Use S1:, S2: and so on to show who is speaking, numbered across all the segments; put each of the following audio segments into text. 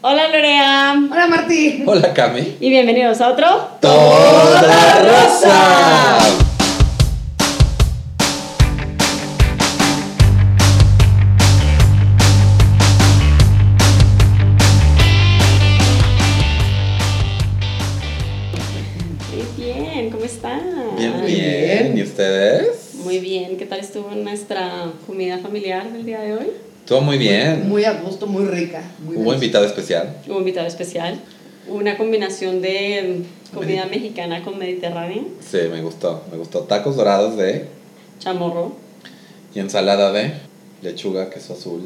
S1: Hola Lorea.
S2: Hola Martí.
S3: Hola, Cami.
S1: Y bienvenidos a otro.
S3: ¡Toda rosa!
S1: Muy bien, ¿cómo están?
S3: Bien, bien. ¿Y ustedes?
S1: Muy bien, ¿qué tal estuvo nuestra comida familiar del día de hoy?
S3: Todo muy bien.
S2: Muy a gusto, muy rica. Muy
S3: Hubo
S2: deliciosa.
S3: invitado especial.
S1: Hubo invitado especial, una combinación de mm, comida mexicana con mediterránea,
S3: Sí, me gustó. Me gustó. Tacos dorados de
S1: chamorro,
S3: y ensalada de lechuga, queso azul,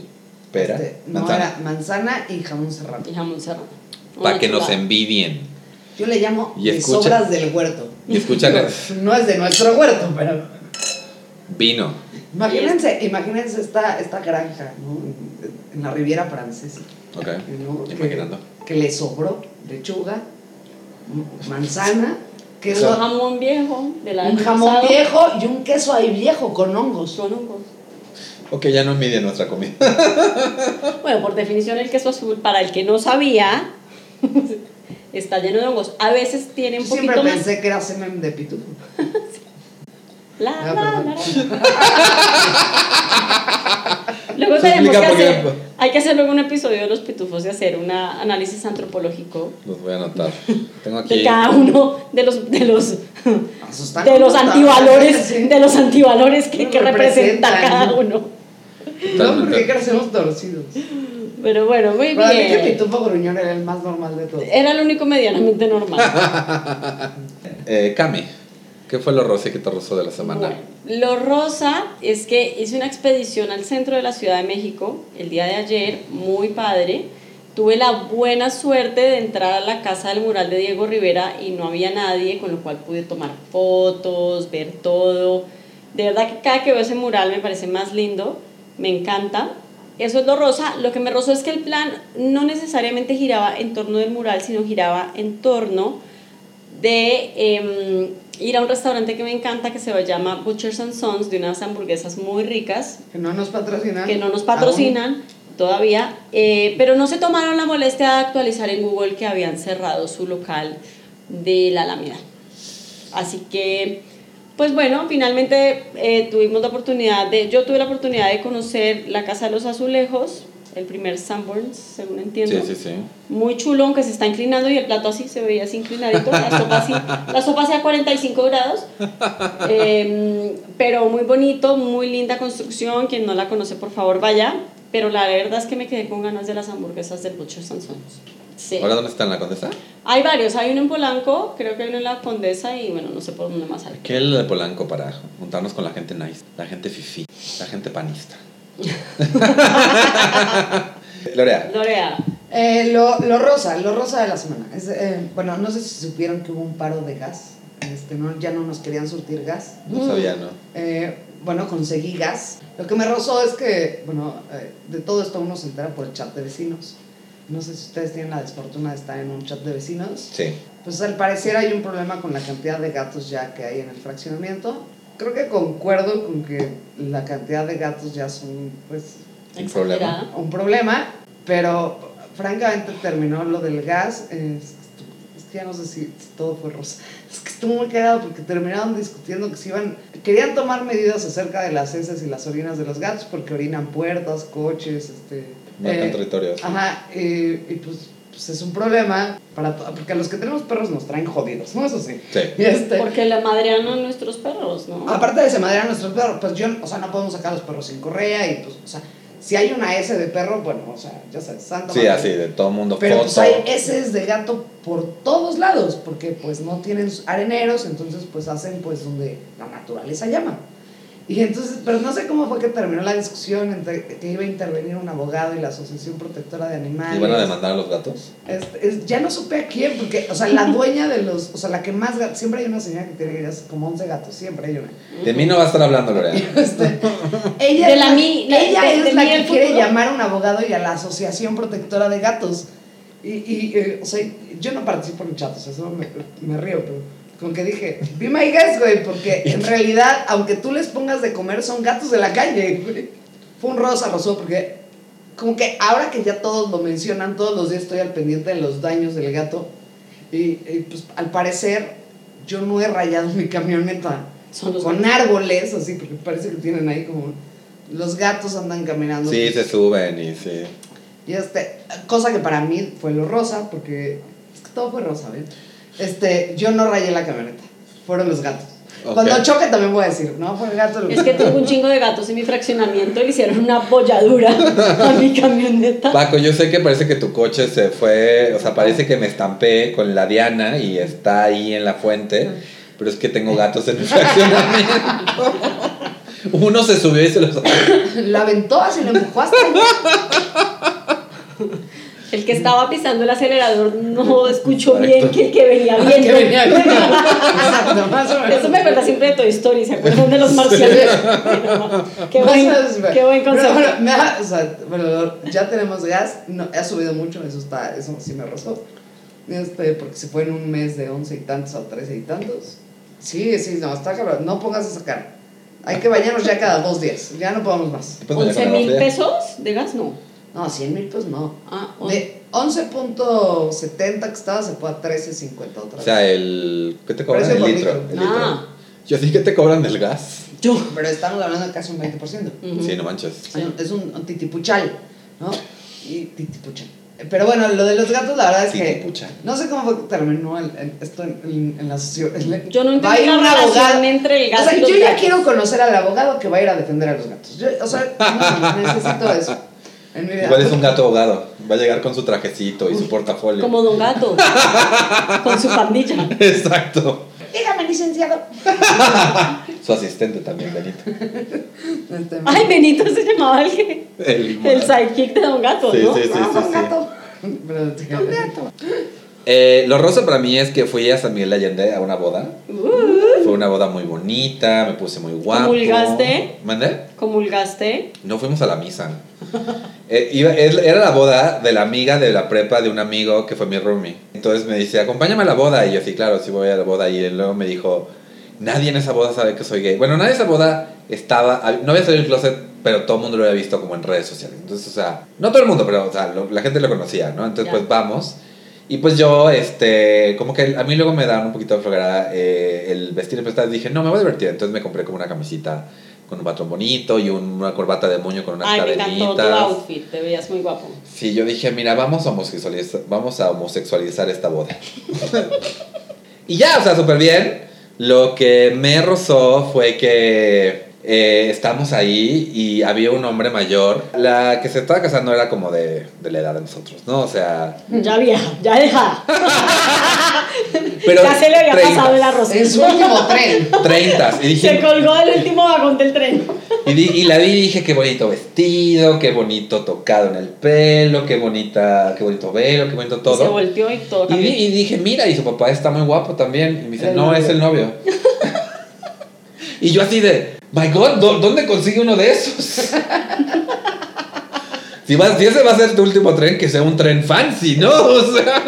S3: pera,
S2: Este, no,
S3: manzana.
S2: era manzana y jamón serrano.
S1: y jamón serrano.
S3: Para
S1: Una
S3: que em- nos
S1: chulada.
S3: envidien.
S2: Yo le llamo
S3: Y
S2: mis
S3: escucha.
S2: sobras del huerto.
S3: Y escúchanos.
S2: No es de nuestro huerto, pero.
S3: Vino.
S2: Imagínense, imagínense esta, esta granja, ¿no? En- En la Riviera Francesa.
S3: Ok.
S2: ¿no? Que-
S3: Imaginando.
S2: Que, le sobró lechuga, m- manzana,
S1: Un
S2: queso,
S1: jamón viejo de la
S2: un jamón viejo y un queso ahí viejo con hongos.
S1: Con hongos.
S3: Ok, ya no mide nuestra comida.
S1: Bueno, por definición el queso azul, para el que no sabía, está lleno de hongos. A veces tiene
S2: Yo
S1: un
S2: siempre
S1: poquito más...
S2: pensé que era semen de pitufo.
S1: La, la,
S2: Ah, perdón.
S1: la, la. Luego tenemos que
S3: Explica por qué.
S1: hacer, hay que hacer luego un episodio de los pitufos y hacer un análisis antropológico
S3: Los voy a anotar. Tengo
S1: de
S3: aquí.
S1: cada uno de los de los
S2: Asustan
S1: de los
S2: con tanta-
S1: antivalores
S2: Sí.
S1: de los antivalores que, que
S2: Representan,
S1: representa cada
S2: ¿no?
S1: uno.
S2: No, porque crecemos torcidos.
S1: Pero bueno, muy
S2: Para mí que
S1: bien.
S2: Pitufo Gruñón era el más normal de todos.
S1: Era el único medianamente normal.
S3: Eh, Cami, ¿qué fue lo rosa y qué te rozó de la semana?
S1: Bueno, lo rosa es que hice una expedición al centro de la Ciudad de México el día de ayer, muy padre. Tuve la buena suerte de entrar a la casa del mural de Diego Rivera y no había nadie, con lo cual pude tomar fotos, ver todo. De verdad que cada que veo ese mural me parece más lindo, me encanta. Eso es lo rosa. Lo que me rozó es que el plan no necesariamente giraba en torno del mural, sino giraba en torno de em, ir a un restaurante que me encanta que se llama Butchers and Sons, de unas hamburguesas muy ricas
S2: Que no nos patrocinan.
S1: que no nos patrocinan todavía, eh, pero no se tomaron la molestia de actualizar en Google que habían cerrado su local de la Alameda. Así que, pues bueno, finalmente eh, tuvimos la oportunidad de, yo tuve la oportunidad de conocer la Casa de los Azulejos, el primer Sanborns, según entiendo
S3: Sí, sí, sí.
S1: muy chulo, aunque se está inclinando y el plato así se veía así inclinadito, la sopa así, la sopa así a 45 grados, Eh, pero muy bonito, muy linda construcción, quien no la conoce por favor vaya, pero la verdad es que me quedé con ganas de las hamburguesas del Butcher Sansones. Sí.
S3: ¿Ahora dónde está en la condesa?
S1: Hay varios, hay uno en Polanco, creo que hay uno en La Condesa y bueno, no sé por dónde más hay.
S3: ¿Qué es lo de Polanco para juntarnos con la gente nice, la gente fifi, la gente panista? Lorea,
S1: Lorea,
S2: Eh, lo, lo rosa, lo rosa de la semana. Es, eh, bueno, no sé si supieron que hubo un paro de gas. Este, no, ya no nos querían surtir gas.
S3: no sabía, ¿no?
S2: Eh, bueno, conseguí gas. Lo que me rozó es que, bueno, eh, de todo esto uno se entera por el chat de vecinos. No sé si ustedes tienen la desfortuna de estar en un chat de vecinos.
S3: Sí.
S2: Pues al parecer hay un problema con la cantidad de gatos ya que hay en el fraccionamiento. Creo que concuerdo con que la cantidad de gatos ya son, pues,
S3: Sin problema.
S1: exagerada.
S2: un problema, pero francamente terminó lo del gas. eh, es que estu- es que ya no sé si si todo fue rosa. Es que estuvo muy cagado porque terminaron discutiendo que se iban. Querían tomar medidas acerca de las heces y las orinas de los gatos porque orinan puertas, coches, este.
S3: Marcan
S2: eh,
S3: territorios.
S2: Ajá, eh, y pues, pues es un problema para to- porque a los que tenemos perros nos traen jodidos, ¿no? Eso sí.
S3: Sí.
S2: Y este,
S1: Porque la madrean a nuestros perros, ¿no?
S2: Aparte de se madrean nuestros perros, pues yo, o sea, no podemos sacar los perros sin correa y pues, o sea, si hay una S de perro, bueno, o sea, ya sabes, santa
S3: Sí,
S2: madre.
S3: así, de todo mundo
S2: Pero pues
S3: foto.
S2: hay S de gato por todos lados, porque pues no tienen areneros, entonces pues hacen pues donde la naturaleza llama. Y entonces, pero no sé cómo fue que terminó la discusión entre que iba a intervenir un abogado y la Asociación Protectora de Animales.
S3: ¿Y van a demandar a los gatos?
S2: Este, es- ya no supe a quién, porque, o sea, la dueña de los, o sea, la que más gatos, siempre hay una señora que tiene como 11 gatos, siempre hay una.
S3: De mí no va a estar hablando, Lorea.
S2: Este, ella
S1: De
S2: es
S1: la
S2: la,
S1: mi- la-
S2: ella
S1: de-
S2: es
S1: de
S2: la
S1: mí
S2: que
S1: el
S2: quiere
S1: futuro.
S2: llamar a un abogado y a la Asociación Protectora de Gatos. Y, y, eh, o sea, yo no participo en chatos, eso me, me río, pero como que dije, be my guest, güey, porque en realidad, aunque tú les pongas de comer, son gatos de la calle, güey. Fue un rosa, rosó, porque como que ahora que ya todos lo mencionan, todos los días estoy al pendiente de los daños del gato. Y, y, pues al parecer yo no he rayado mi camioneta
S1: Son los
S2: con
S1: gatos.
S2: árboles, así, porque parece que tienen ahí como... Los gatos andan caminando.
S3: Sí, se suben y sí.
S2: Y este, cosa que para mí fue lo rosa, porque es que todo fue rosa, ¿ven? Este, yo no rayé la camioneta, fueron los gatos.
S3: Ok.
S2: Cuando choque también voy a decir, no, fue el gato.
S1: Es que tengo un chingo de gatos en mi fraccionamiento, le hicieron una bolladura a mi camioneta.
S3: Paco, yo sé que parece que tu coche se fue, o sea, parece que me estampé con la Diana y está ahí en la fuente, pero es que tengo gatos en el fraccionamiento. Uno se subió y se los...
S2: La aventó así, la empujó hasta
S1: El que estaba pisando el acelerador no escuchó bien que el que venía bien.
S2: que venía. Exacto, más o menos.
S1: Eso me acuerda siempre de Toy Story, ¿se acuerdan de los marcianos? qué, buen,
S2: Más o menos.
S1: qué buen concepto.
S2: Pero, bueno, me ha- o sea, bueno, ya tenemos gas, no, ha subido mucho, eso está, eso sí me rozó. Este, porque se fue en un mes de once y tantos a trece y tantos. Sí, sí, no, está cabrón, no pongas esa cara. Hay que bañarnos ya cada dos días, ya no podemos más.
S1: ¿11 mil pesos de gas? No.
S2: No, 100 mil pues no.
S1: Ah, o-
S2: De 11.70 que estaba se fue a 13.50 otra
S3: O
S2: vez.
S3: sea, el... ¿Qué te cobran
S2: Precio
S3: el
S2: por
S3: litro?
S2: litro.
S3: El
S1: Ah.
S3: litro. Yo sí que te cobran el gas.
S1: yo.
S2: Pero estamos hablando de casi un 20%.
S1: Ujú.
S3: Sí, no manches.
S1: Sí.
S2: Es un, un titipuchal, ¿no? Y titipuchal. Pero bueno, lo de los gatos, la verdad es
S3: Titipuchal.
S2: que. No sé cómo fue que terminó el- el- esto en, en- en la socio- en la-
S1: Yo no entendí
S2: Va a ir
S1: la
S2: un
S1: relación
S2: abogado-
S1: entre el gato
S2: O sea,
S1: y los
S2: yo ya
S1: gatos.
S2: quiero conocer al abogado que va a ir a defender a los gatos. Yo, o sea, no, necesito eso. En mi vida.
S3: Igual es un gato ahogado. Va a llegar con su trajecito y su portafolio.
S1: Como Don Gato. con su pandilla.
S3: Exacto.
S2: Dígame, licenciado.
S3: Su asistente también, Benito.
S2: Este,
S1: Ay, Benito se llamaba el que.
S3: El,
S1: El
S3: limonada.
S1: sidekick de Don Gato,
S3: Sí,
S1: ¿no?
S3: sí, sí,
S2: ah,
S3: sí,
S2: un
S3: sí.
S2: gato. Pero-
S3: Eh, lo rosa para mí es que fui a San Miguel de Allende a una boda.
S1: Uh,
S3: Fue una boda muy bonita, me puse muy guapo.
S1: ¿Comulgaste?
S3: ¿Mandé?
S1: comulgaste.
S3: No fuimos a la misa. Eh, iba- es- era la boda de la amiga de la prepa de un amigo que fue mi roomie. Entonces me dice, acompáñame a la boda. Y yo, sí, claro, sí voy a la boda. Y luego me dijo, nadie en esa boda sabe que soy gay. Bueno, nadie en esa boda estaba, no había salido del closet, pero todo el mundo lo había visto como en redes sociales. Entonces, o sea, no todo el mundo, pero o sea, lo- la gente lo conocía, ¿no? Entonces,
S1: Ya.
S3: pues vamos. Y pues yo, este, como que a mí luego me daban un poquito de flojera eh, el vestir, pues dije, no, me voy a divertir. Entonces me compré como una camisita con un patrón bonito y un- una corbata de moño con unas
S1: Ay, me encantó tu
S3: cadenitas.
S1: outfit, te veías muy guapo.
S3: Sí, yo dije, mira, vamos a homosexualizar, vamos a homosexualizar esta boda. y ya, o sea, súper bien. Lo que me rozó fue que eh, estamos ahí y había un hombre mayor. La que se estaba casando era como de, de la edad de nosotros, ¿no? O sea...
S1: Ya vieja, ya deja.
S3: Pero
S1: ya se le había
S3: 30,
S1: pasado el arroz.
S2: En su último tren.
S3: 30. Y,
S1: Se
S3: dije,
S1: colgó del último vagón del tren.
S3: y, di- y la vi y dije, qué bonito vestido, qué bonito tocado en el pelo, qué bonita, qué bonito velo, qué bonito
S1: Y se
S3: todo.
S1: volteó y todo.
S3: Y, di-
S1: cambió.
S3: y dije, mira, y su papá está muy guapo también. Y me dice,
S2: El
S3: no,
S2: novio.
S3: es el novio. y yo así de, my God, ¿dó- ¿dónde consigue uno de esos? si, vas, si ese va a ser tu último tren, que sea un tren fancy, ¿no? O sea,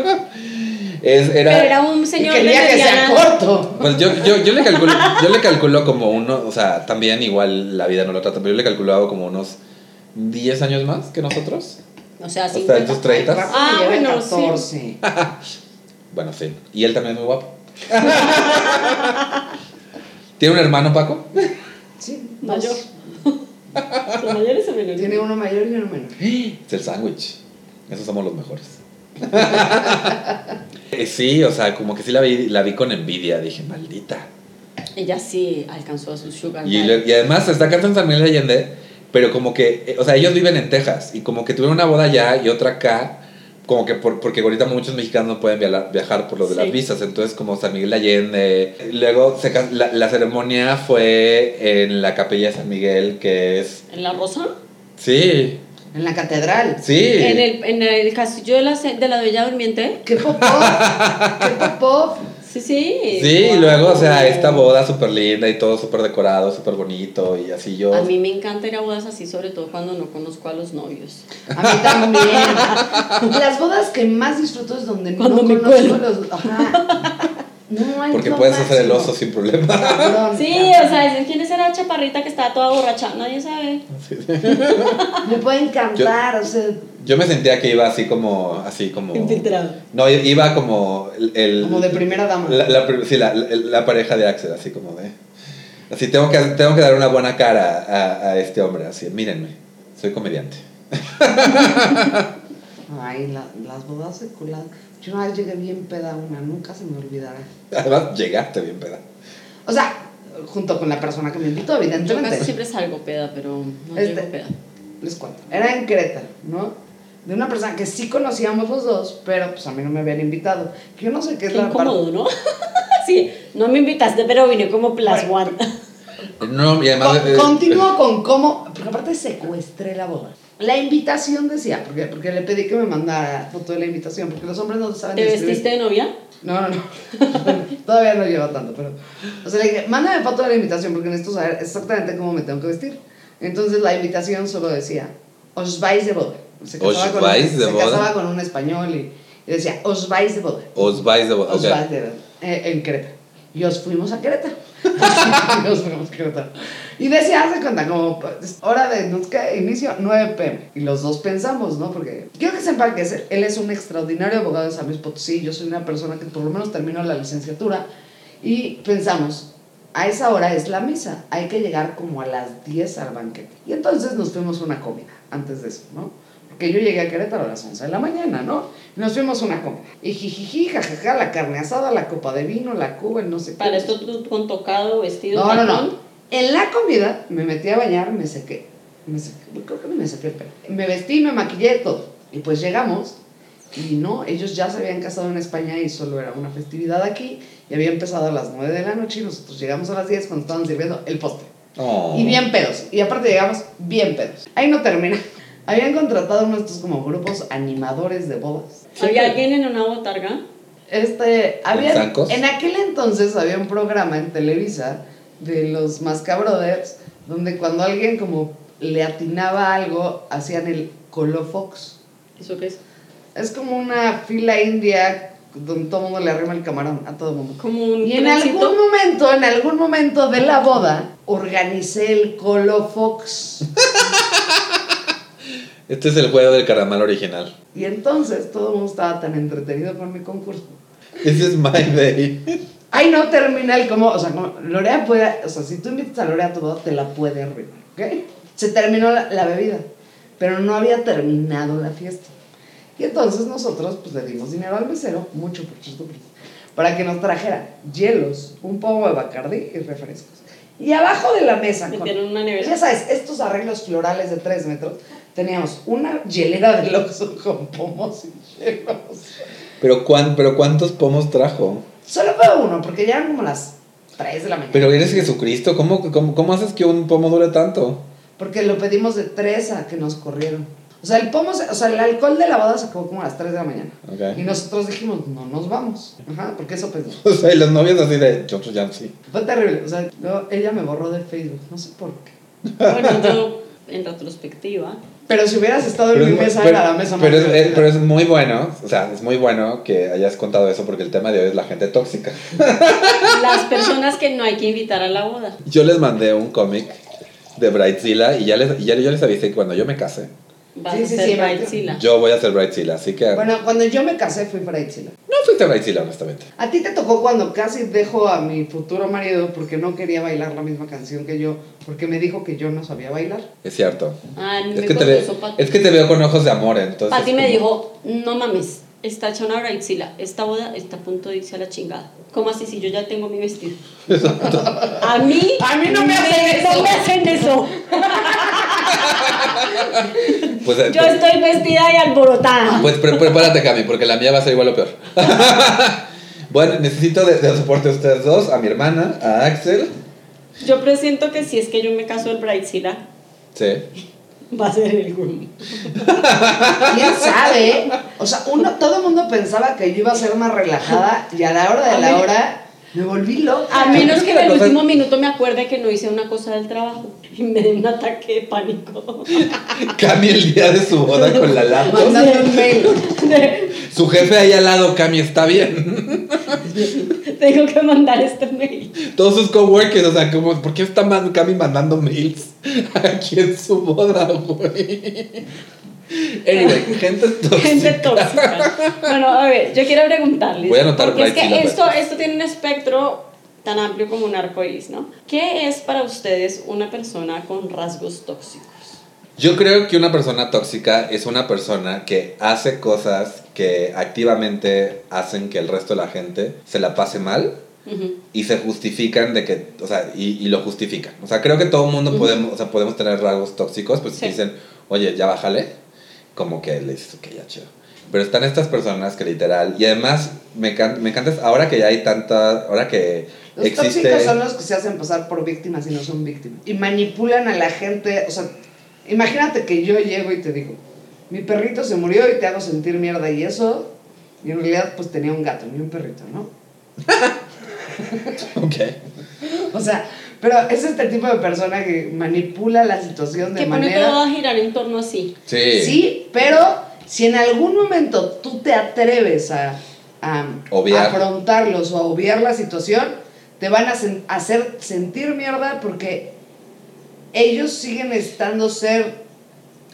S3: es-
S1: Pero era un señor
S2: y
S1: de
S2: quería que sea
S1: mediana-
S2: corto.
S3: Pues yo, yo, yo, le calculo, yo le calculo como uno, o sea, también igual la vida no lo trata, pero yo le calculo algo como unos 10 años más que nosotros.
S1: O sea,
S3: O sea, en tus
S1: 50.
S3: 30.
S1: Ah,
S2: Lleva
S1: bueno,
S2: 14.
S3: Bueno, sí. Y él también es muy guapo. ¿Tiene un hermano, Paco?
S2: Sí,
S1: Mayor.
S2: dos.
S1: Los mayores o menores.
S2: Tiene uno mayor y uno menor.
S3: Es el sándwich. Esos somos los mejores. Eh, Sí, o sea, como que sí la vi, la vi con envidia. Dije, maldita.
S1: Ella sí alcanzó a su sugar.
S3: Y,
S1: daddy.
S3: le- y además está acá en San Miguel de Allende, pero como que, eh, o sea, ellos viven en Texas y como que tuvieron una boda allá y otra acá, como que por- porque ahorita muchos mexicanos no pueden viala- viajar por lo de
S1: Sí.
S3: las visas, entonces como San Miguel de Allende. Luego se ca- la, la ceremonia fue en la capilla de San Miguel, que es...
S1: ¿En la rosa?
S3: Sí,
S2: En la catedral.
S3: sí.
S1: En, el, en el castillo de la, se- de la Bella Durmiente.
S2: ¡Qué popó! ¡Qué popó!
S1: Sí, sí.
S3: Sí, y
S1: Wow.
S3: luego, o sea, esta boda súper linda y todo súper decorado, súper bonito y así yo...
S1: A mí me encanta ir a bodas así, sobre todo cuando no conozco a los novios.
S2: A mí también. Las bodas que más disfruto es donde
S1: Cuando
S2: no
S1: me
S2: conozco
S1: cuelo.
S2: los. Ajá. No, es
S3: Porque
S2: lo
S3: puedes hacer el
S2: máximo.
S3: oso sin problema.
S2: Cabrón,
S1: Sí,
S2: cabrón.
S1: o sea, dicen quién es la chaparrita que estaba toda borracha. Nadie sabe.
S2: Me pueden cantar, o sea,
S3: Yo me sentía que iba así como. Así como
S1: Infiltrado.
S3: No, i- iba como. El, el-
S2: como de primera dama.
S3: la, la pri- sí, la, la- la pareja de Axel, así como de. Así tengo que, tengo que dar una buena cara a, a este hombre, así. Mírenme, soy comediante.
S2: Ay, la- las bodas de culada. Yo una vez llegué bien peda a una, nunca se me olvidará.
S3: Además, llegaste bien, peda.
S2: O sea, junto con la persona que me invitó,
S1: Yo casi
S2: evidentemente.
S1: siempre salgo peda, pero no
S2: Este-
S1: llego peda.
S2: Les cuento. Era en Creta, ¿no? De una persona que sí conocíamos los dos, pero pues a mí no me habían invitado. Que yo no sé qué
S1: Qué
S2: es la parte.
S1: incómodo, ¿no? sí, no me invitaste, pero vine como plus one.
S2: pues,
S3: No, y además.
S2: Con-
S3: eh,
S2: Continúo con cómo. Porque aparte secuestré la boda. La invitación decía, porque, porque le pedí que me mandara foto de la invitación, porque los hombres no saben
S1: ¿Te
S2: escribir.
S1: vestiste de novia?
S2: No, no, no. Todavía no lleva tanto, pero. O sea, le dije, mándame foto de la invitación porque necesito saber exactamente cómo me tengo que vestir. Entonces la invitación solo decía, os vais de boda. Se
S3: Os
S2: casaba, con,
S3: vais
S2: un,
S3: de
S2: se
S3: boda.
S2: casaba con un español y, y decía, os vais de boda.
S3: Os vais de boda.
S2: Os
S3: ok.
S2: vais de boda. eh, en Creta. Y os fuimos a Creta. y nos fuimos a Creta. Y decía, haz de cuenta, como pues, hora de no sé qué, inicio, 9 pm. Y los dos pensamos, ¿no? Porque quiero que sepan que es- él es un extraordinario abogado de San Luis Potosí. Yo soy una persona que por lo menos terminó la licenciatura. Y pensamos, a esa hora es la misa. Hay que llegar como a las 10 al banquete. Y entonces nos fuimos a una comida antes de eso, ¿no? Porque yo llegué a Querétaro a las 11 de la mañana, ¿no? Y nos fuimos a una comida. Y jijiji, jajaja, la carne asada, la copa de vino, la cuba, el no sé qué.
S1: Para esto tú con tocado, vestido,
S2: No, no, no.
S1: tacón.
S2: En la comida me metí a bañar, me sequé. Me sequé. Creo que no me sequé el pelo. Me vestí, me maquillé todo. Y pues llegamos y no, ellos ya se habían casado en España y solo era una festividad aquí. Y había empezado a las 9 de la noche y nosotros llegamos a las 10 cuando estaban sirviendo el postre.
S3: Oh.
S2: Y bien pedos. Y aparte llegamos bien pedos. Ahí no termina. Habían contratado uno de estos como grupos animadores de bodas.
S1: ¿Había alguien en una botarga?
S2: Este,
S3: ¿Con
S2: había,
S3: zancos?
S2: en aquel entonces había un programa en Televisa de los Mascabrothers donde cuando alguien como le atinaba algo hacían el colofox.
S1: ¿Eso qué es?
S2: Es como una fila india donde todo el mundo le arrima el camarón a todo el mundo.
S1: Como un
S2: Y en
S1: trencito.
S2: algún momento, en algún momento de la boda, organicé el colofox.
S3: Este es el juego del caramal original.
S2: Y entonces todo el mundo estaba tan entretenido con mi concurso.
S3: This is my day.
S2: Ay, no termina el como, o sea, como Lorea puede, o sea, si tú invitas a Lorea a tu boda, te la puede arruinar, ¿ok? Se terminó la, la bebida, pero no había terminado la fiesta. Y entonces nosotros, pues, le dimos dinero al mesero, mucho, por cierto, por cierto, para que nos trajera hielos, un poco de bacardí y refrescos. Y abajo de la mesa, con-
S1: Metieron una nevera.
S2: ya sabes, estos arreglos florales de 3 metros, teníamos una hielera de Oxxo con pomos y hielos.
S3: Pero, cuán, pero ¿cuántos pomos trajo?
S2: Solo fue uno, porque ya eran como las 3 de la mañana.
S3: Pero eres Jesucristo. ¿Cómo, cómo, cómo haces que un pomo dure tanto?
S2: Porque lo pedimos de 3 a que nos corrieron. O sea, el pomo, se- o sea, el alcohol de la boda se acabó como a las 3 de la mañana.
S3: Ok.
S2: Y nosotros dijimos, no nos vamos. Ajá, porque eso pensamos.
S3: O sea, y los novios así de. Yo, pues, ya sí.
S2: Fue terrible. O sea, yo- ella me borró de Facebook, no sé por qué.
S1: Bueno, yo, en retrospectiva,
S2: Pero si hubieras estado en
S3: Pero,
S2: mi
S3: es, muy-
S2: mesa,
S3: pero-
S2: era la mesa más
S3: pero es- es-
S2: divertida.
S3: pero es muy bueno, o sea, es muy bueno que hayas contado eso porque el tema de hoy es la gente tóxica.
S1: las personas que no hay que invitar a la boda.
S3: Yo les mandé un cómic de Brightzilla y ya les, y ya yo les avisé que cuando yo me case,
S1: Vas
S2: Sí,
S1: a
S2: sí,
S1: ser
S2: sí, me-
S1: bridezilla.
S3: yo voy a ser Brightzilla, así que...
S2: Bueno, cuando yo me casé fui para Itzila.
S3: no fuiste Brightzilla, honestamente.
S2: A ti te tocó cuando casi dejo a mi futuro marido porque no quería bailar la misma canción que yo, porque me dijo que yo no sabía bailar.
S3: Es cierto.
S1: Ah, no
S3: Es
S1: me
S3: que, te
S1: contó
S3: ve-
S1: eso, Pati.
S3: es que te veo con ojos de amor, entonces...
S1: Pati me
S3: como-
S1: dijo, no mames, está hecha una bridezilla. Esta boda está a punto de irse a la chingada. ¿Cómo así si yo ya tengo mi vestido? A mí,
S2: A mí no me hacen eso.
S1: no me hacen eso.
S3: Pues, eh,
S1: Yo
S3: pues-
S1: estoy vestida y alborotada.
S3: pues pre- prepárate, Cami, porque la mía va a ser igual o peor. bueno, necesito de, de soporte a ustedes dos, a mi hermana, a Axel.
S1: Yo presiento que si es que yo me caso el bridezilla,
S3: Sí.
S1: va a ser el groom.
S2: ¿Quién sabe? ¿eh? O sea, uno, todo el mundo pensaba que yo iba a ser más relajada y a la hora de la hora me volví loca.
S1: A menos que en
S3: La
S1: el
S3: cosa-
S1: último minuto me acuerde que no hice una cosa del trabajo y me dé un ataque de pánico.
S3: Cami el día de su boda con la laptop.
S2: Mandando un mail.
S1: De-
S3: Su jefe ahí al lado, Cami, está bien.
S1: tengo que mandar este mail.
S3: Todos sus coworkers, o sea, como, ¿por qué está man- Cami mandando mails aquí en su boda, güey? Anyway, gente tóxica.
S1: Gente tóxica. Bueno, a ver, yo quiero preguntarles.
S3: Voy a anotar
S1: porque es
S3: por aquí
S1: que
S3: las
S1: esto, esto tiene un espectro tan amplio como un arco iris, ¿no? ¿Qué es para ustedes una persona con rasgos tóxicos?
S3: Yo creo que una persona tóxica es una persona que hace cosas que activamente hacen que el resto de la gente se la pase mal
S1: Ujú.
S3: y se justifican de que, o sea, y, y lo justifican. O sea, creo que todo el mundo
S1: Ujú.
S3: podemos, o sea, podemos tener rasgos tóxicos, pues si
S1: Sí.
S3: dicen, oye, ya bájale, como que le dices, ok, ya chido. Pero están estas personas que literal, y además me, can- me encanta, ahora que ya hay tanta, ahora que
S2: Los
S3: existe...
S2: tóxicos son los que se hacen pasar por víctimas y no son víctimas. Y manipulan a la gente. O sea, imagínate que yo llego y te digo, mi perrito se murió y te hago sentir mierda y eso. Y en realidad, pues tenía un gato, ni un perrito, ¿no?
S3: Ok.
S2: O sea, pero es este tipo de persona que manipula la situación de
S1: Que pone
S2: manera.
S1: todo a girar en torno a sí.
S3: Sí.
S2: Sí, pero si en algún momento tú te atreves a, a
S3: Obviar.
S2: afrontarlos o a obviar la situación, te van a sen- hacer sentir mierda porque ellos siguen estando ser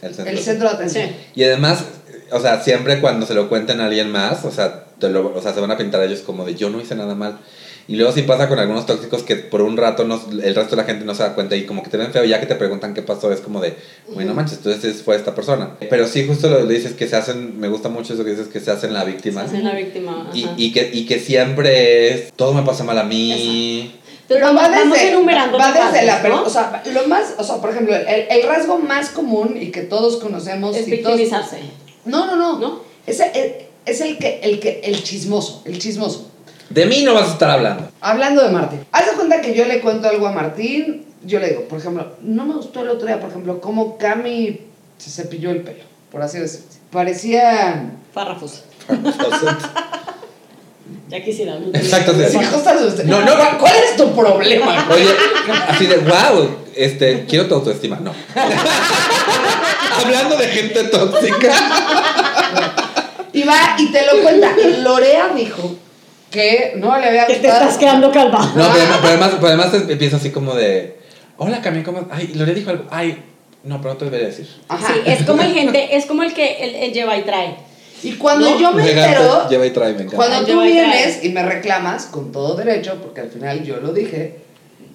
S3: El centro.
S2: el centro de atención.
S1: Sí.
S3: Y además, o sea, siempre cuando se lo cuentan a alguien más, o sea, te lo- o sea, se van a pintar a ellos como de yo no hice nada mal. Y luego sí pasa con algunos tóxicos que por un rato no- el resto de la gente no se da cuenta y como que te ven feo y ya que te preguntan qué pasó es como de, uy, no manches, entonces fue esta persona. Pero sí, justo lo le dices que se hacen, me gusta mucho eso que dices que se hacen la víctima.
S1: Hacen la víctima.
S3: Y,
S1: ajá.
S3: y que, y que siempre es, todo me pasa mal a mí.
S1: Entonces, vamos, vamos enumerando.
S2: va
S1: los
S2: desde la
S1: rasgos,
S2: per-
S1: ¿no?
S2: o sea, lo más, o sea, por ejemplo, el, el rasgo más común y que todos conocemos
S1: es
S2: y todos
S1: victimizarse.
S2: No, no, no.
S1: ¿No?
S2: Es, es, es el que, el que, el chismoso, el chismoso.
S3: De mí no vas a estar hablando.
S2: Hablando de Martín. Haz de cuenta que yo le cuento algo a Martín, yo le digo, por ejemplo, no me gustó el otro día, por ejemplo, cómo Cami se cepilló el pelo, por así decirlo. Parecía...
S1: Párrafos. Ya quisiera. ¿no?
S3: Exacto, sí.
S2: Sí, cosas de usted.
S3: No, no.
S2: ¿Cuál- ¿Cuál es tu problema?
S3: Oye, así de, wow, este, quiero tu autoestima. No. Hablando de gente tóxica.
S2: Y va y te lo cuenta. Lorea dijo que no le había
S1: Que
S2: gustado.
S1: te estás quedando calva.
S3: No, pero, pero además, pero además empieza así como de, hola Cami, ¿cómo? Ay, Lore dijo algo. Ay, no, pero no te debería decir.
S2: Ajá.
S1: Sí, es como el gente, es como el que el, el lleva y trae.
S2: Y cuando
S1: No,
S2: yo me
S3: Llega,
S2: entero,
S3: Lleva y trae, me encanta.
S2: Cuando
S1: Yo
S2: tú
S1: voy a
S2: vienes
S1: traer.
S2: y me reclamas, con todo derecho, porque al final yo lo dije,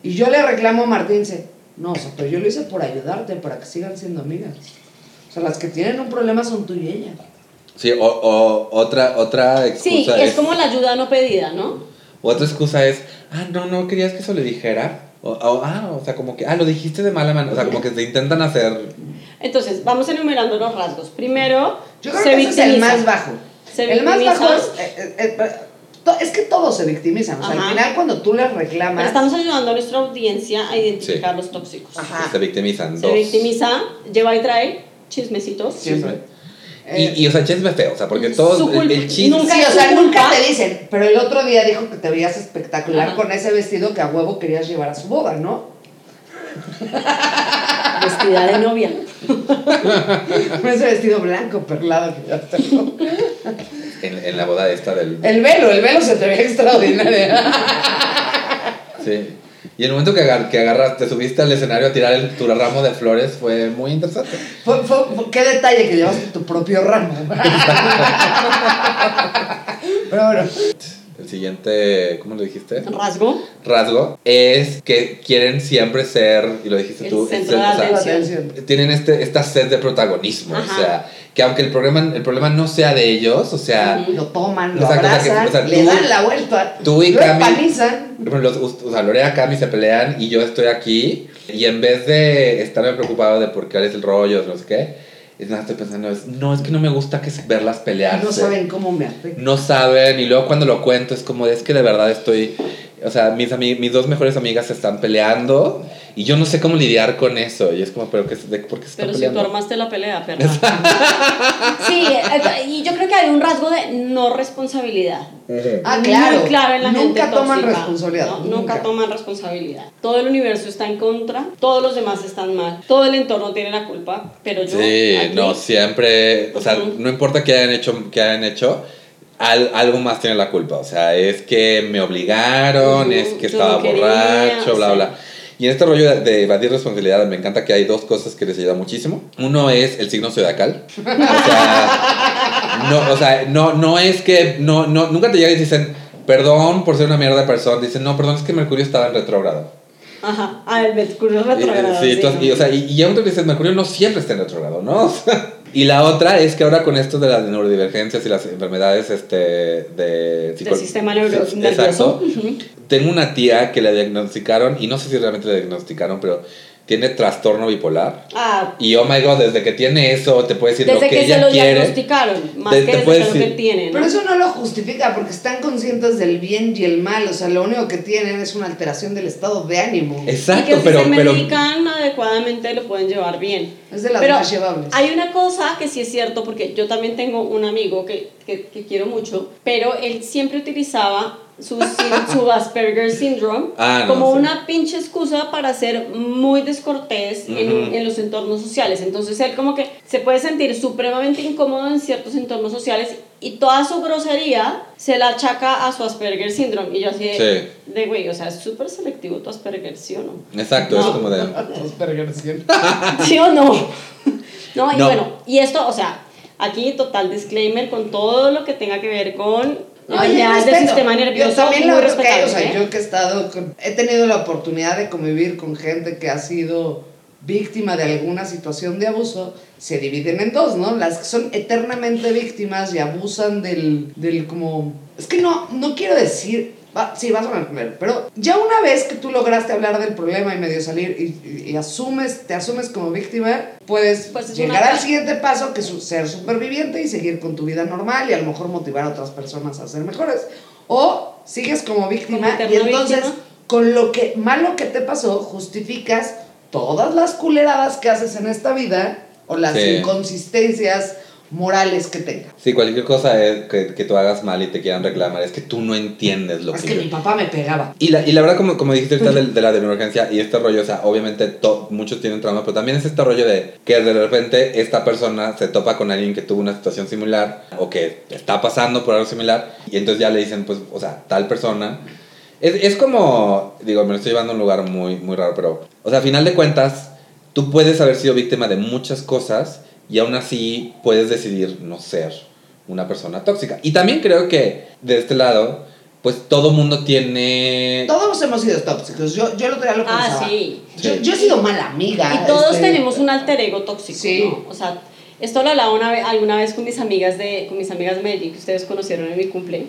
S2: y yo le reclamo a Martín, dice, no, o sea, pero yo lo hice por ayudarte, para que sigan siendo amigas. O sea, las que tienen un problema son tú y ella.
S3: Sí, o, o otra, otra
S1: Sí,
S3: excusa
S1: es, como la ayuda no pedida, ¿no?
S3: Otra excusa es, ah, no, no, querías que eso le dijera. O, o, ah, o sea, como que, ah, lo dijiste de mala manera. O sea, como que te intentan hacer...
S1: Entonces, vamos enumerando los rasgos. Primero,
S2: Yo creo
S1: se
S2: que ese es el
S1: victimiza.
S2: más bajo.
S1: Se
S2: el más
S1: victimiza.
S2: bajo es, eh, eh, eh, to- es que todos se victimizan. O sea,
S1: Ajá.
S2: al final cuando tú les reclamas...
S1: Pero estamos ayudando a nuestra audiencia a identificar los tóxicos.
S2: Ajá.
S3: Se victimizan.
S1: Se
S3: dos.
S1: victimiza, lleva y trae, chismecitos.
S2: Sí.
S3: Chisme.
S2: Eh,
S3: y, y, o sea, chisme feo. O sea, porque
S1: Su
S3: todos... El,
S1: culpa.
S3: el chisme...
S1: Nunca
S2: Sí,
S1: es
S2: o
S1: tu
S2: sea, nunca
S1: culpa.
S2: te dicen, pero el otro día dijo que te veías espectacular
S1: Ajá.
S2: con ese vestido que a huevo querías llevar a su boda, ¿no?
S1: Vestida de novia.
S2: Con ese vestido blanco perlado que llevaste a tu boda.
S3: En, en la boda esta del...
S2: El velo, el velo se te ve extraordinario.
S3: Sí. Y el momento que, agar- que agarraste, subiste al escenario a tirar el, tu ramo de flores fue muy interesante.
S2: Fue- fue- fue- qué detalle que llevaste tu propio ramo. Pero bueno,
S3: El siguiente, ¿cómo lo dijiste?
S1: Rasgo.
S3: Rasgo es que quieren siempre ser, y lo dijiste
S1: El
S3: tú,
S1: centro de
S3: o sea,
S2: atención.
S3: tienen este, esta sed de protagonismo.
S1: Ajá.
S3: O sea, que aunque el problema, el problema no sea de ellos, o sea,
S1: Ujú.
S2: Lo toman, lo
S3: O sea, cosa que-
S2: abrazan,
S3: o sea,
S2: le
S3: tú-
S2: dan la vuelta,
S3: tú y
S2: lo
S3: Cami-
S2: empanizan.
S3: Por ejemplo, los- o sea, Lorea, Cami se pelean y yo estoy aquí. Y en vez de estarme preocupado de por qué es el rollo, no sé qué, es nada, estoy pensando, es, no, es que no me gusta que se- verlas pelearse.
S2: No saben cómo me afecta.
S3: No saben. Y luego cuando lo cuento es como, es que de verdad estoy. O sea, mis, ami- mis dos mejores amigas se están peleando y yo no sé cómo lidiar con eso. Y es como, pero que, de, ¿por qué se están
S1: Pero si tú
S3: peleando?
S1: armaste la pelea, perra. sí, eh, y yo creo que hay un rasgo de no responsabilidad.
S3: Ujú.
S2: Ah, claro.
S1: Muy clave en la
S2: Nunca
S1: gente
S2: toman
S1: tóxica,
S2: responsabilidad.
S1: ¿no?
S2: nunca.
S1: Nunca. toman responsabilidad. Todo el universo está en contra, todos los demás están mal, todo el entorno tiene la culpa, pero yo.
S3: Sí,
S1: aquí-
S3: no, siempre. O sea,
S1: Ujú.
S3: no importa qué hayan hecho, qué hayan hecho. al- algo más tiene la culpa. O sea, es que me obligaron,
S1: Ujú,
S3: es que
S1: yo
S3: estaba
S1: no quería,
S3: borracho, bla,
S1: sí.
S3: bla. Y en este rollo de, de evadir responsabilidades me encanta que hay dos cosas que les ayuda muchísimo. Uno es el signo zodiacal. O sea, no, o sea, no, no es que, no, no, nunca te llegan y dicen, perdón por ser una mierda de persona. Dicen, no, perdón, es que Mercurio estaba en retrógrado.
S1: Ajá. Ah, el Mercurio
S3: Eh,
S1: retrogrado.
S3: Sí,
S1: Sí,
S3: entonces, y, o sea, y, y ya un te dices, Mercurio no siempre está en retrogrado, ¿no? O sea, y la otra es que ahora con esto de las neurodivergencias y las enfermedades este, de
S1: Del sistema neuro-
S3: Sí,
S1: nervioso.
S3: Exacto. Tengo una tía que le diagnosticaron, y no sé si realmente le diagnosticaron, pero tiene trastorno bipolar.
S1: Ah,
S3: Y oh my god, desde que tiene eso, te puede decir
S1: desde
S3: lo
S1: que,
S3: que,
S1: se
S3: ella
S1: lo
S3: quiere.
S1: diagnosticaron, más
S3: Te-
S1: que
S3: te
S1: desde
S3: puedes
S1: que lo que
S3: decir-
S1: tiene, ¿no?
S2: Pero eso no lo justifica porque están conscientes del bien y el mal. O sea, lo único que tienen es una alteración del estado de ánimo.
S1: Y
S2: Es,
S1: que
S3: Exacto,
S1: si
S3: pero,
S1: se
S3: pero
S1: medican adecuadamente lo pueden llevar bien.
S2: de las
S1: Pero
S2: más llevables.
S1: hay una cosa que sí es cierto, porque yo también tengo un amigo que, que, que quiero mucho, pero él siempre utilizaba su, sin- su Asperger Syndrome
S3: Ah, no,
S1: como
S3: sí.
S1: una pinche excusa para ser muy descortés en,
S3: Ujú.
S1: en los entornos sociales. Entonces él como que se puede sentir supremamente incómodo en ciertos entornos sociales y toda su grosería se la achaca a su Asperger Syndrome. Y yo así de, de, güey, o sea, es súper selectivo tu Asperger, ¿sí o no?
S3: Exacto, es
S1: No.
S3: como de.
S1: ¿Sí o no? No, y
S3: No.
S1: bueno, y esto, o sea, aquí total disclaimer con todo lo que tenga que ver con
S2: No, y el
S1: enfermedades del
S2: respeto.
S1: sistema nervioso.
S2: Yo también
S1: muy
S2: lo creo que hay, o sea,
S1: respetable, ¿eh?
S2: yo que he estado, con- he tenido la oportunidad de convivir con gente que ha sido víctima de alguna situación de abuso, se dividen en dos, ¿no? Las que son eternamente víctimas y abusan del, del como, es que no, no quiero decir, va- sí, vas a entender, pero ya una vez que tú lograste hablar del problema y medio salir y, y- y asumes, te asumes como víctima, puedes
S1: Pues es
S2: llegar
S1: una-
S2: al siguiente paso que es ser superviviente y seguir con tu vida normal y a lo mejor motivar a otras personas a ser mejores. O sigues como víctima
S1: Como eterna
S2: y entonces
S1: víctima.
S2: con lo que malo que te pasó justificas todas las culeradas que haces en esta vida o las
S3: Sí.
S2: inconsistencias morales que tengas.
S3: Sí, cualquier cosa es que, que tú hagas mal y te quieran reclamar, es que tú no entiendes lo
S2: Es
S3: que
S2: que
S3: yo
S2: mi papá me pegaba.
S3: Y la, y la verdad, como, como dijiste ahorita de, de la neurodivergencia y este rollo, o sea, obviamente to- muchos tienen trauma, pero también es este rollo de que de repente esta persona se topa con alguien que tuvo una situación similar o que está pasando por algo similar y entonces ya le dicen, pues, o sea, tal persona. Es, es como, digo, me lo estoy llevando a un lugar muy, muy raro, pero, o sea, a final de cuentas, tú puedes haber sido víctima de muchas cosas y aún así puedes decidir no ser una persona tóxica. Y también creo que de este lado, pues todo mundo tiene...
S2: Todos hemos sido tóxicos. Yo, yo el otro día lo
S1: Ah,
S2: pensaba.
S1: sí.
S2: Yo, yo he sido mala amiga.
S1: Y todos
S2: este,
S1: tenemos un alter ego tóxico,
S2: Sí.
S1: ¿no? O sea, esto lo hablaba una vez, alguna vez con mis amigas de con mis amigas de Medellín que ustedes conocieron en mi cumple,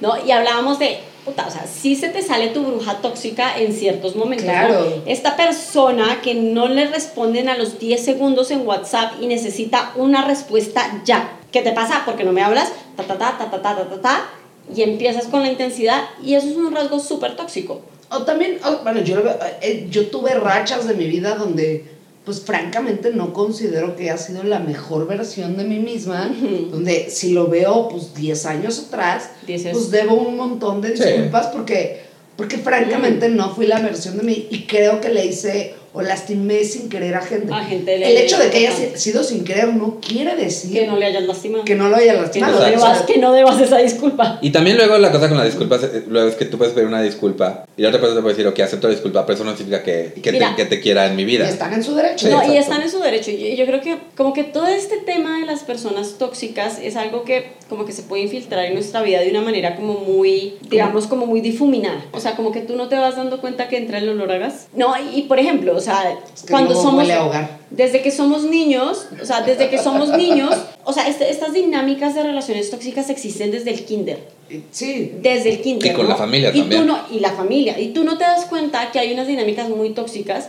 S1: ¿no? Y hablábamos de puta, o sea, sí se te sale tu bruja tóxica en ciertos momentos, ¿no?
S2: Claro.
S1: Esta persona que no le responden a los 10 segundos en WhatsApp y necesita una respuesta ya. ¿Qué te pasa? Porque no me hablas? Ta ta ta ta ta ta ta ta. ta, y empiezas con la intensidad y eso es un rasgo súper tóxico.
S2: O también, o- bueno, yo, lo veo, eh, yo tuve rachas de mi vida donde, pues francamente, no considero que haya sido la mejor versión de mí misma.
S1: Ujú.
S2: Donde si lo veo, pues 10 años atrás,
S1: Dices-
S2: pues debo un montón de
S3: Sí.
S2: disculpas porque, porque francamente no fui la versión de mí y creo que le hice o lastimé sin querer a gente.
S1: A gente le-
S2: El hecho de que haya si-
S1: importante.
S2: sido sin querer no quiere decir
S1: Que no le hayas lastimado.
S2: que no lo haya
S1: Que no,
S2: lastimado.
S3: Exacto.
S1: debas, que no debas esa disculpa.
S3: Y también luego la cosa con las disculpas, eh, luego es que tú puedes pedir una disculpa y la otra persona te puede decir, ok, acepto la disculpa, pero eso no significa que, que,
S1: Mira.
S3: te, que te quiera en mi
S2: Y
S3: vida.
S2: están en su derecho.
S3: Sí,
S1: no, y
S3: exacto.
S1: están en su derecho. Y Yo, yo creo que como que todo este tema de las personas tóxicas es algo que como que se puede infiltrar en nuestra vida de una manera como muy, digamos, como muy difuminada. O sea, como que tú no te vas dando cuenta que entra el olor a gas. No, y, y por ejemplo, o sea,
S2: Es que
S1: cuando
S2: luego
S1: somos...
S2: huele a hogar.
S1: Desde que somos niños, o sea, desde que somos niños, o sea, este- estas dinámicas de relaciones tóxicas existen desde el kinder.
S2: Sí.
S1: desde el kinder.
S3: Y con
S1: ¿no?
S3: la familia
S1: y
S3: también.
S1: Tú no, y la familia. Y tú no te das cuenta que hay unas dinámicas muy tóxicas,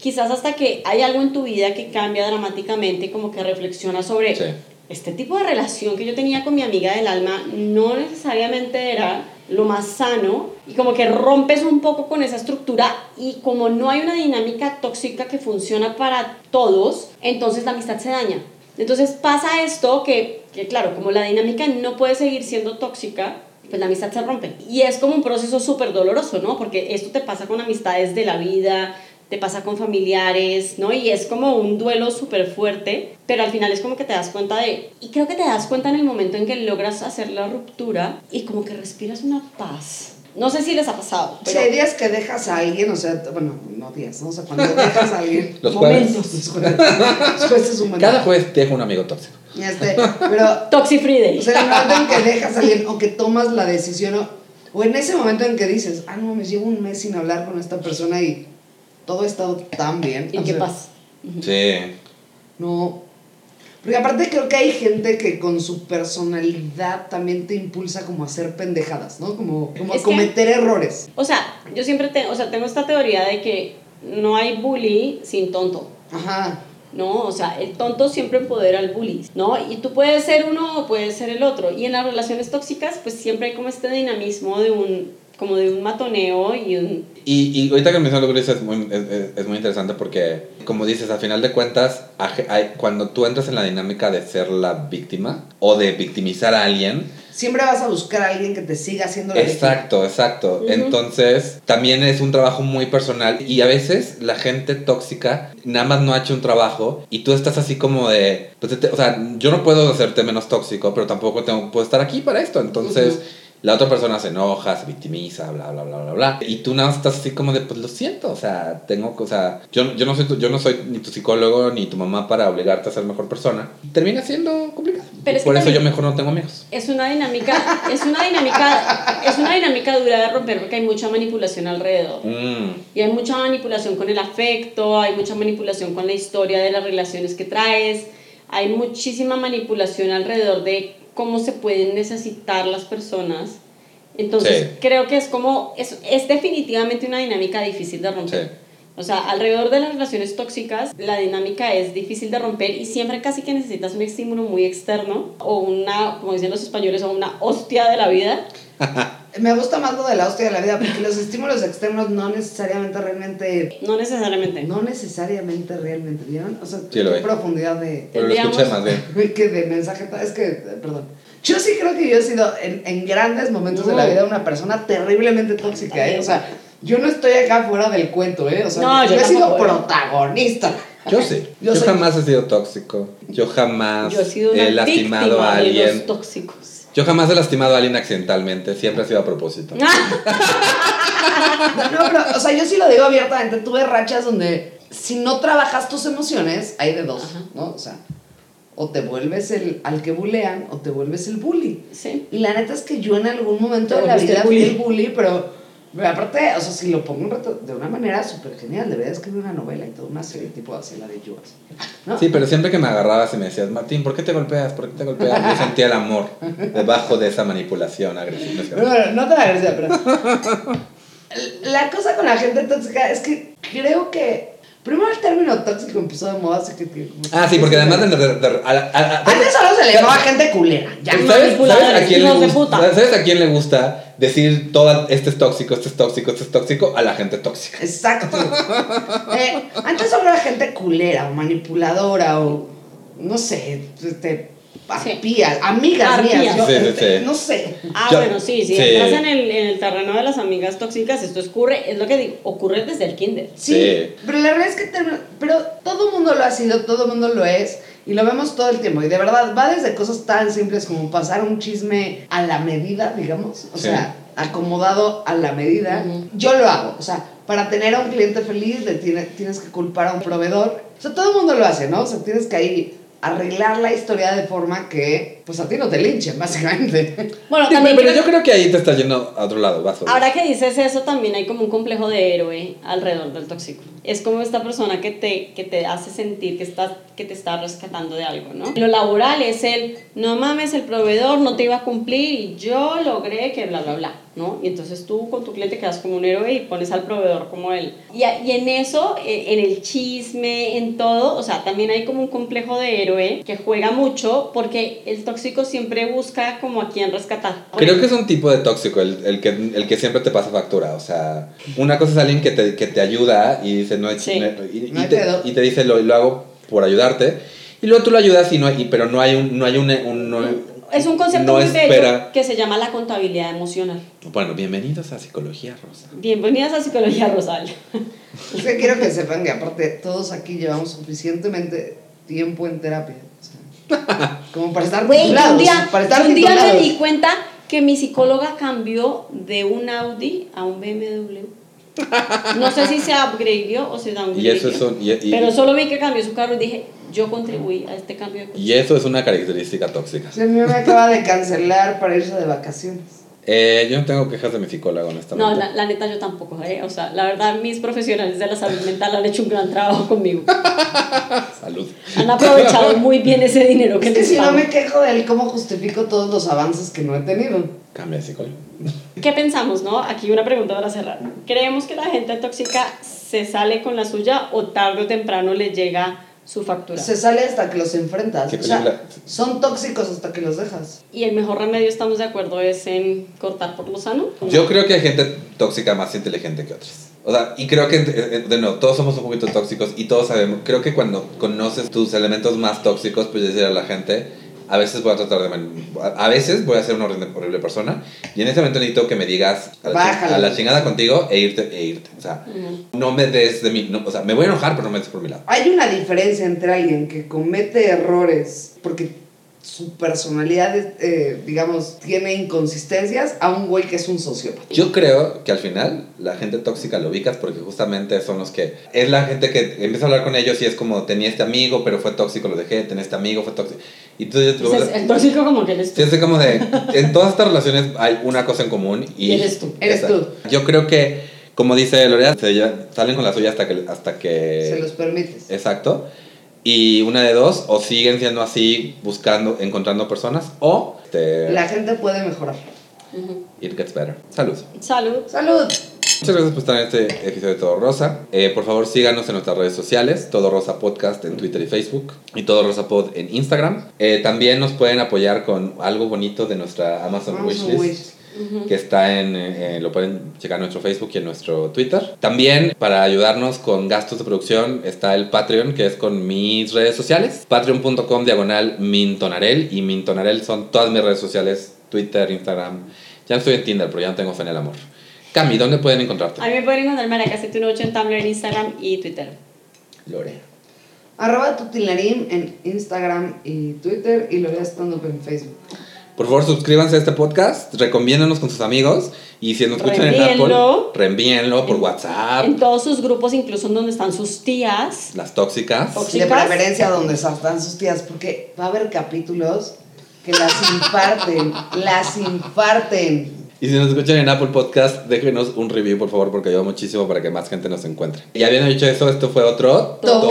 S1: quizás hasta que hay algo en tu vida que cambia dramáticamente, como que reflexionas sobre
S3: Sí.
S1: este tipo de relación que yo tenía con mi amiga del alma, no necesariamente era lo más sano y como que rompes un poco con esa estructura y como no hay una dinámica tóxica que funciona para todos, entonces la amistad se daña. Entonces pasa esto que, que claro, como la dinámica no puede seguir siendo tóxica, pues la amistad se rompe. Y es como un proceso súper doloroso, ¿no? Porque esto te pasa con amistades de la vida, te pasa con familiares, ¿no? Y es como un duelo súper fuerte, pero al final es como que te das cuenta de, y creo que te das cuenta en el momento en que logras hacer la ruptura y como que respiras una paz. No sé si les ha pasado,
S2: Sí,
S1: pero
S2: hay días que dejas a alguien, o sea, t- bueno, no días, ¿no? O sea, cuando dejas a alguien.
S3: Los
S2: momentos, los jueves. Los jueves es un momento.
S3: Cada juez deja un amigo tóxico.
S2: Este, pero,
S1: Toxic Friday.
S2: o sea, en el momento en que dejas a alguien o que tomas la decisión o, o en ese momento en que dices, ah, no, me llevo un mes sin hablar con esta persona y todo ha estado tan bien.
S1: ¿Y
S2: o
S1: qué
S2: sea,
S1: pasa?
S3: Sí.
S2: No. Porque aparte creo que hay gente que con su personalidad también te impulsa como a hacer pendejadas, ¿no? Como,
S1: Es
S2: como a
S1: que-
S2: cometer errores.
S1: O sea, yo siempre tengo, o sea, tengo esta teoría de que no hay bully sin tonto.
S2: Ajá.
S1: No, o sea, el tonto siempre empodera al bully, ¿no? Y tú puedes ser uno o puedes ser el otro. Y en las relaciones tóxicas, pues siempre hay como este dinamismo de un, como de un matoneo y un...
S3: Y, y ahorita que mencionas lo que dices es muy, es, es- es muy interesante porque, como dices, al final de cuentas, aj- hay- cuando tú entras en la dinámica de ser la víctima o de victimizar a alguien,
S2: Siempre vas a buscar a alguien que te siga haciendo la víctima.
S3: Exacto, exacto.
S1: Ujú.
S3: Entonces, también es un trabajo muy personal y a veces la gente tóxica nada más no ha hecho un trabajo y tú estás así como de, pues, te- o sea, yo no puedo hacerte menos tóxico, pero tampoco tengo, puedo estar aquí para esto. Entonces,
S2: Ujú.
S3: la otra persona se enoja, se victimiza, bla, bla, bla, bla, bla. Y tú nada más estás así como de, pues lo siento, o sea, tengo, o sea, yo, yo, no, soy tu- yo no soy ni tu psicólogo ni tu mamá para obligarte a ser mejor persona. Termina siendo complicado.
S1: Pero es que
S3: Por eso yo
S1: también-
S3: mejor no tengo amigos.
S1: Es una dinámica, es una dinámica, es una dinámica dura de romper porque hay mucha manipulación alrededor.
S3: Mm.
S1: Y hay mucha manipulación con el afecto, hay mucha manipulación con la historia de las relaciones que traes, hay muchísima manipulación alrededor de cómo se pueden necesitar las personas. Entonces,
S3: Sí.
S1: creo que es como, es, es definitivamente una dinámica difícil de romper.
S3: Sí.
S1: O sea, alrededor de las relaciones tóxicas, la dinámica es difícil de romper y siempre casi que necesitas un estímulo muy externo o una, como dicen los españoles, o una hostia de la vida.
S2: Me gusta más lo de la hostia de la vida, porque los estímulos externos no necesariamente realmente.
S1: No necesariamente.
S2: No necesariamente realmente, ¿vieron? O sea,
S3: Sí, lo
S2: qué
S3: hay.
S2: profundidad de.
S3: Pero lo escuché
S1: Tendríamos-
S3: más bien.
S2: que de mensaje. Es que, eh, perdón. Yo sí creo que yo he sido en, en grandes momentos de la vida una persona terriblemente tóxica, ¿eh? O sea, yo no estoy acá fuera del cuento, ¿eh? O sea,
S1: No, yo
S2: yo, he sido
S1: tampoco, ¿eh?
S2: protagonista.
S3: Yo sí. Yo,
S2: Yo soy-
S3: jamás he sido tóxico. Yo jamás
S1: Yo he sido una
S3: he lastimado
S1: víctima
S3: a
S1: de
S3: alguien.
S1: los tóxicos.
S3: Yo jamás he lastimado a alguien accidentalmente. Siempre ha sido a propósito.
S2: No, no, pero, o sea, yo sí lo digo abiertamente. Tuve rachas donde si no trabajas tus emociones, hay de dos,
S1: Ajá.
S2: ¿no? O sea, o te vuelves el al que bulean o te vuelves el bully.
S1: Sí.
S2: Y la neta es que yo en algún momento
S1: Te
S2: de la
S1: volviste
S2: vida
S1: el bully.
S2: fui el bully, pero, pero aparte, o sea, si lo pongo un rato de una manera súper genial, debería escribir una novela y toda una serie tipo así, la de You. así, ¿no?
S3: Sí, pero siempre que me agarrabas y me decías, Martín, ¿por qué te golpeas? ¿Por qué te golpeas? Yo sentía el amor debajo de esa manipulación
S2: Pero
S3: agresiva.
S2: bueno, no te la agresión, pero. La cosa con la gente tóxica es que creo que. Primero el término tóxico empezó de moda, así que. que como-
S3: Ah, sí, porque además de... de- de- a la- a- a-
S2: Antes solo se le llamaba gente culera. Ya.
S3: ¿Sabes-
S1: manipuladores,
S3: ¿sabes, a quién le
S1: hijos de
S3: gusta-
S1: puta.
S3: ¿Sabes a quién le gusta decir todo este es tóxico, este es tóxico, este es tóxico? A la gente tóxica.
S2: Exacto. Eh, antes solo era gente culera o manipuladora o. No sé. Este, arpías, amigas
S1: Arpías.
S2: mías. yo,
S3: Sí, sí,
S2: este,
S3: sí.
S2: No sé.
S1: Ah,
S3: Yo-
S1: bueno, sí, sí.
S3: sí.
S1: Estás en el, en el terreno de las amigas tóxicas. Esto ocurre, es lo que digo, ocurre desde el kinder.
S2: Sí,
S3: Sí.
S2: pero la verdad es que termina- pero todo el mundo lo ha sido, todo el mundo lo es y lo vemos todo el tiempo y de verdad va desde cosas tan simples como pasar un chisme a la medida, digamos, o
S3: Sí.
S2: sea, acomodado a la medida.
S1: Ujú.
S2: Yo lo hago, o sea, para tener a un cliente feliz le tiene- tienes que culpar a un proveedor. O sea, todo el mundo lo hace, ¿no? O sea, tienes que ahí arreglar la historia de forma que pues a ti no te linchen, básicamente.
S1: Bueno,
S3: Sí,
S1: también
S3: pero
S1: creo-
S3: yo creo que ahí te está yendo a otro lado, vas. Oli.
S1: ahora que dices eso, también hay como un complejo de héroe alrededor del tóxico. Es como esta persona que te, que te hace sentir que, estás, que te está rescatando de algo, ¿no? Lo laboral es el, no mames, el proveedor no te iba a cumplir y yo logré que bla, bla, bla, ¿no? Y entonces tú con tu cliente quedas como un héroe y pones al proveedor como él. Y, a- y en eso, e- en el chisme, en todo, o sea, también hay como un complejo de héroe que juega mucho porque el tóxico siempre busca como a quien rescatar.
S3: Creo que es un tipo de tóxico, el, el que, el que siempre te pasa factura. O sea, una cosa es alguien que te, que te ayuda y dice, no, es-
S1: Sí.
S3: no- y,
S2: No
S3: y
S2: hay
S3: te,
S2: pedo.
S3: y te dice, lo, lo hago por ayudarte. Y luego tú lo ayudas, y no, hay- y- pero no hay un. No hay un, un- no-
S1: es un concepto
S3: No
S1: muy
S3: espera.
S1: bello que se llama la contabilidad emocional.
S3: Bueno, bienvenidos a Psicología Rosa.
S1: Bienvenidas a Psicología Rosalia.
S2: Es que quiero que sepan que aparte todos aquí llevamos suficientemente tiempo en terapia. o sea, como para estar
S1: Güey, yo
S2: titulados.
S1: un día,
S2: para estar
S1: yo un día me
S2: titulados.
S1: di cuenta que mi psicóloga cambió de un Audi a un BMW. No sé si se upgradeó o se downgradeó.
S3: Y eso es un- y- y-
S1: pero solo vi que cambió su carro y dije, yo contribuí a este cambio de coche.
S3: Y eso es una característica tóxica.
S2: O sea, a mí me acaba de cancelar para irse de vacaciones.
S3: Eh, yo no tengo quejas de mi psicólogo, honestamente.
S1: No, la, la neta yo tampoco, ¿eh? O sea, la verdad mis profesionales de la salud mental han hecho un gran trabajo conmigo.
S3: Salud.
S1: Han aprovechado muy bien ese dinero que
S2: Es que
S1: les
S2: si no
S1: pago.
S2: me quejo de él, ¿cómo justifico todos los avances que no he tenido?
S3: Cambia de psicólogo.
S1: ¿Qué pensamos, no? Aquí una pregunta para cerrar. ¿Creemos que la gente tóxica se sale con la suya o tarde o temprano le llega su factura?
S2: Se sale hasta que los enfrentas.
S3: Qué
S2: O sea,
S3: película.
S2: son tóxicos hasta que los dejas.
S1: Y el mejor remedio, estamos de acuerdo, es en cortar por lo sano.
S3: Yo creo que hay gente tóxica más inteligente que otras. O sea, y creo que, eh, eh, de nuevo, todos somos un poquito tóxicos y todos sabemos. Creo que cuando conoces tus elementos más tóxicos, pues decir a la gente, a veces voy a tratar de. man- A a veces voy a ser una horrible, horrible persona y en ese momento necesito que me digas a la, chi-
S2: Bájale.
S3: a la chingada contigo e irte, e irte. O sea,
S1: Ujú.
S3: no me des de mí. no- o sea, me voy a enojar, pero no me des por mi lado.
S2: Hay una diferencia entre alguien que comete errores porque su personalidad, eh, digamos, tiene inconsistencias a un güey que es un sociópata.
S3: Yo creo que al final la gente tóxica lo ubicas porque justamente son los que... Es la gente que empieza a hablar con ellos y es como, tenía este amigo, pero fue tóxico, lo dejé, tenía este amigo, fue tóxico. Y tú ya te
S1: Entonces, el tóxico como que eres tú.
S3: Sí, es como de, en todas estas relaciones hay una cosa en común y...
S1: Y eres tú.
S2: Eres
S3: Exacto. Yo creo que, como dice Lorea, se lle- salen con la suya hasta que... Hasta que
S2: Se los permites.
S3: eh, Exacto. Y una de dos, o siguen siendo así, buscando, encontrando personas, o... Este,
S2: La gente puede mejorar.
S1: Ujú.
S3: It gets better. Salud.
S1: Salud.
S2: ¡Salud!
S3: Muchas gracias por estar en este episodio de Todo Rosa. Eh, por favor, síganos en nuestras redes sociales, Todo Rosa Podcast en Twitter y Facebook, y Todo Rosa Pod en Instagram. Eh, también nos pueden apoyar con algo bonito de nuestra Amazon,
S2: Amazon
S3: Wishlist,
S2: Wish.
S1: Ujú.
S3: que está en, eh, eh, lo pueden checar en nuestro Facebook y en nuestro Twitter. También, para ayudarnos con gastos de producción, está el Patreon, que es con mis redes sociales, patreon.com diagonal mintonarel, y mintonarel son todas mis redes sociales, Twitter, Instagram. Ya no estoy en Tinder, pero ya no tengo fe en el amor. Cami, ¿dónde pueden encontrarte?
S1: A mí me pueden encontrar Maraca 718 en Tumblr, en Instagram y Twitter.
S3: Lore.
S2: Arroba tutilarín en Instagram y Twitter y lo veas estando en Facebook.
S3: Por favor, suscríbanse a este podcast, recomiéndanos con sus amigos y si nos escuchan
S1: Reenvíenlo.
S3: en Apple, reenvíenlo por WhatsApp,
S1: En todos sus grupos, incluso en donde están sus tías.
S3: las tóxicas.
S1: Tóxicas.
S2: De preferencia donde están sus tías, porque va a haber capítulos que las imparten, las imparten.
S3: Y si nos escuchan en Apple Podcast, déjenos un review, por favor, porque ayuda muchísimo para que más gente nos encuentre. Y habiendo dicho eso, esto fue otro...
S2: ¡Todo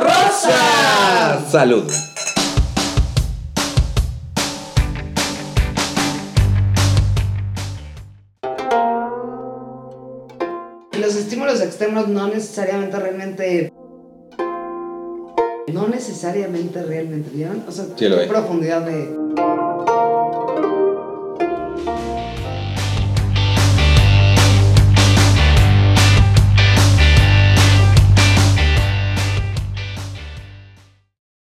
S2: rosa!
S3: Salud.
S2: Los estímulos externos no necesariamente realmente... No necesariamente realmente, ¿vieron? O sea,
S3: Sí, lo
S2: qué
S3: ve.
S2: profundidad de...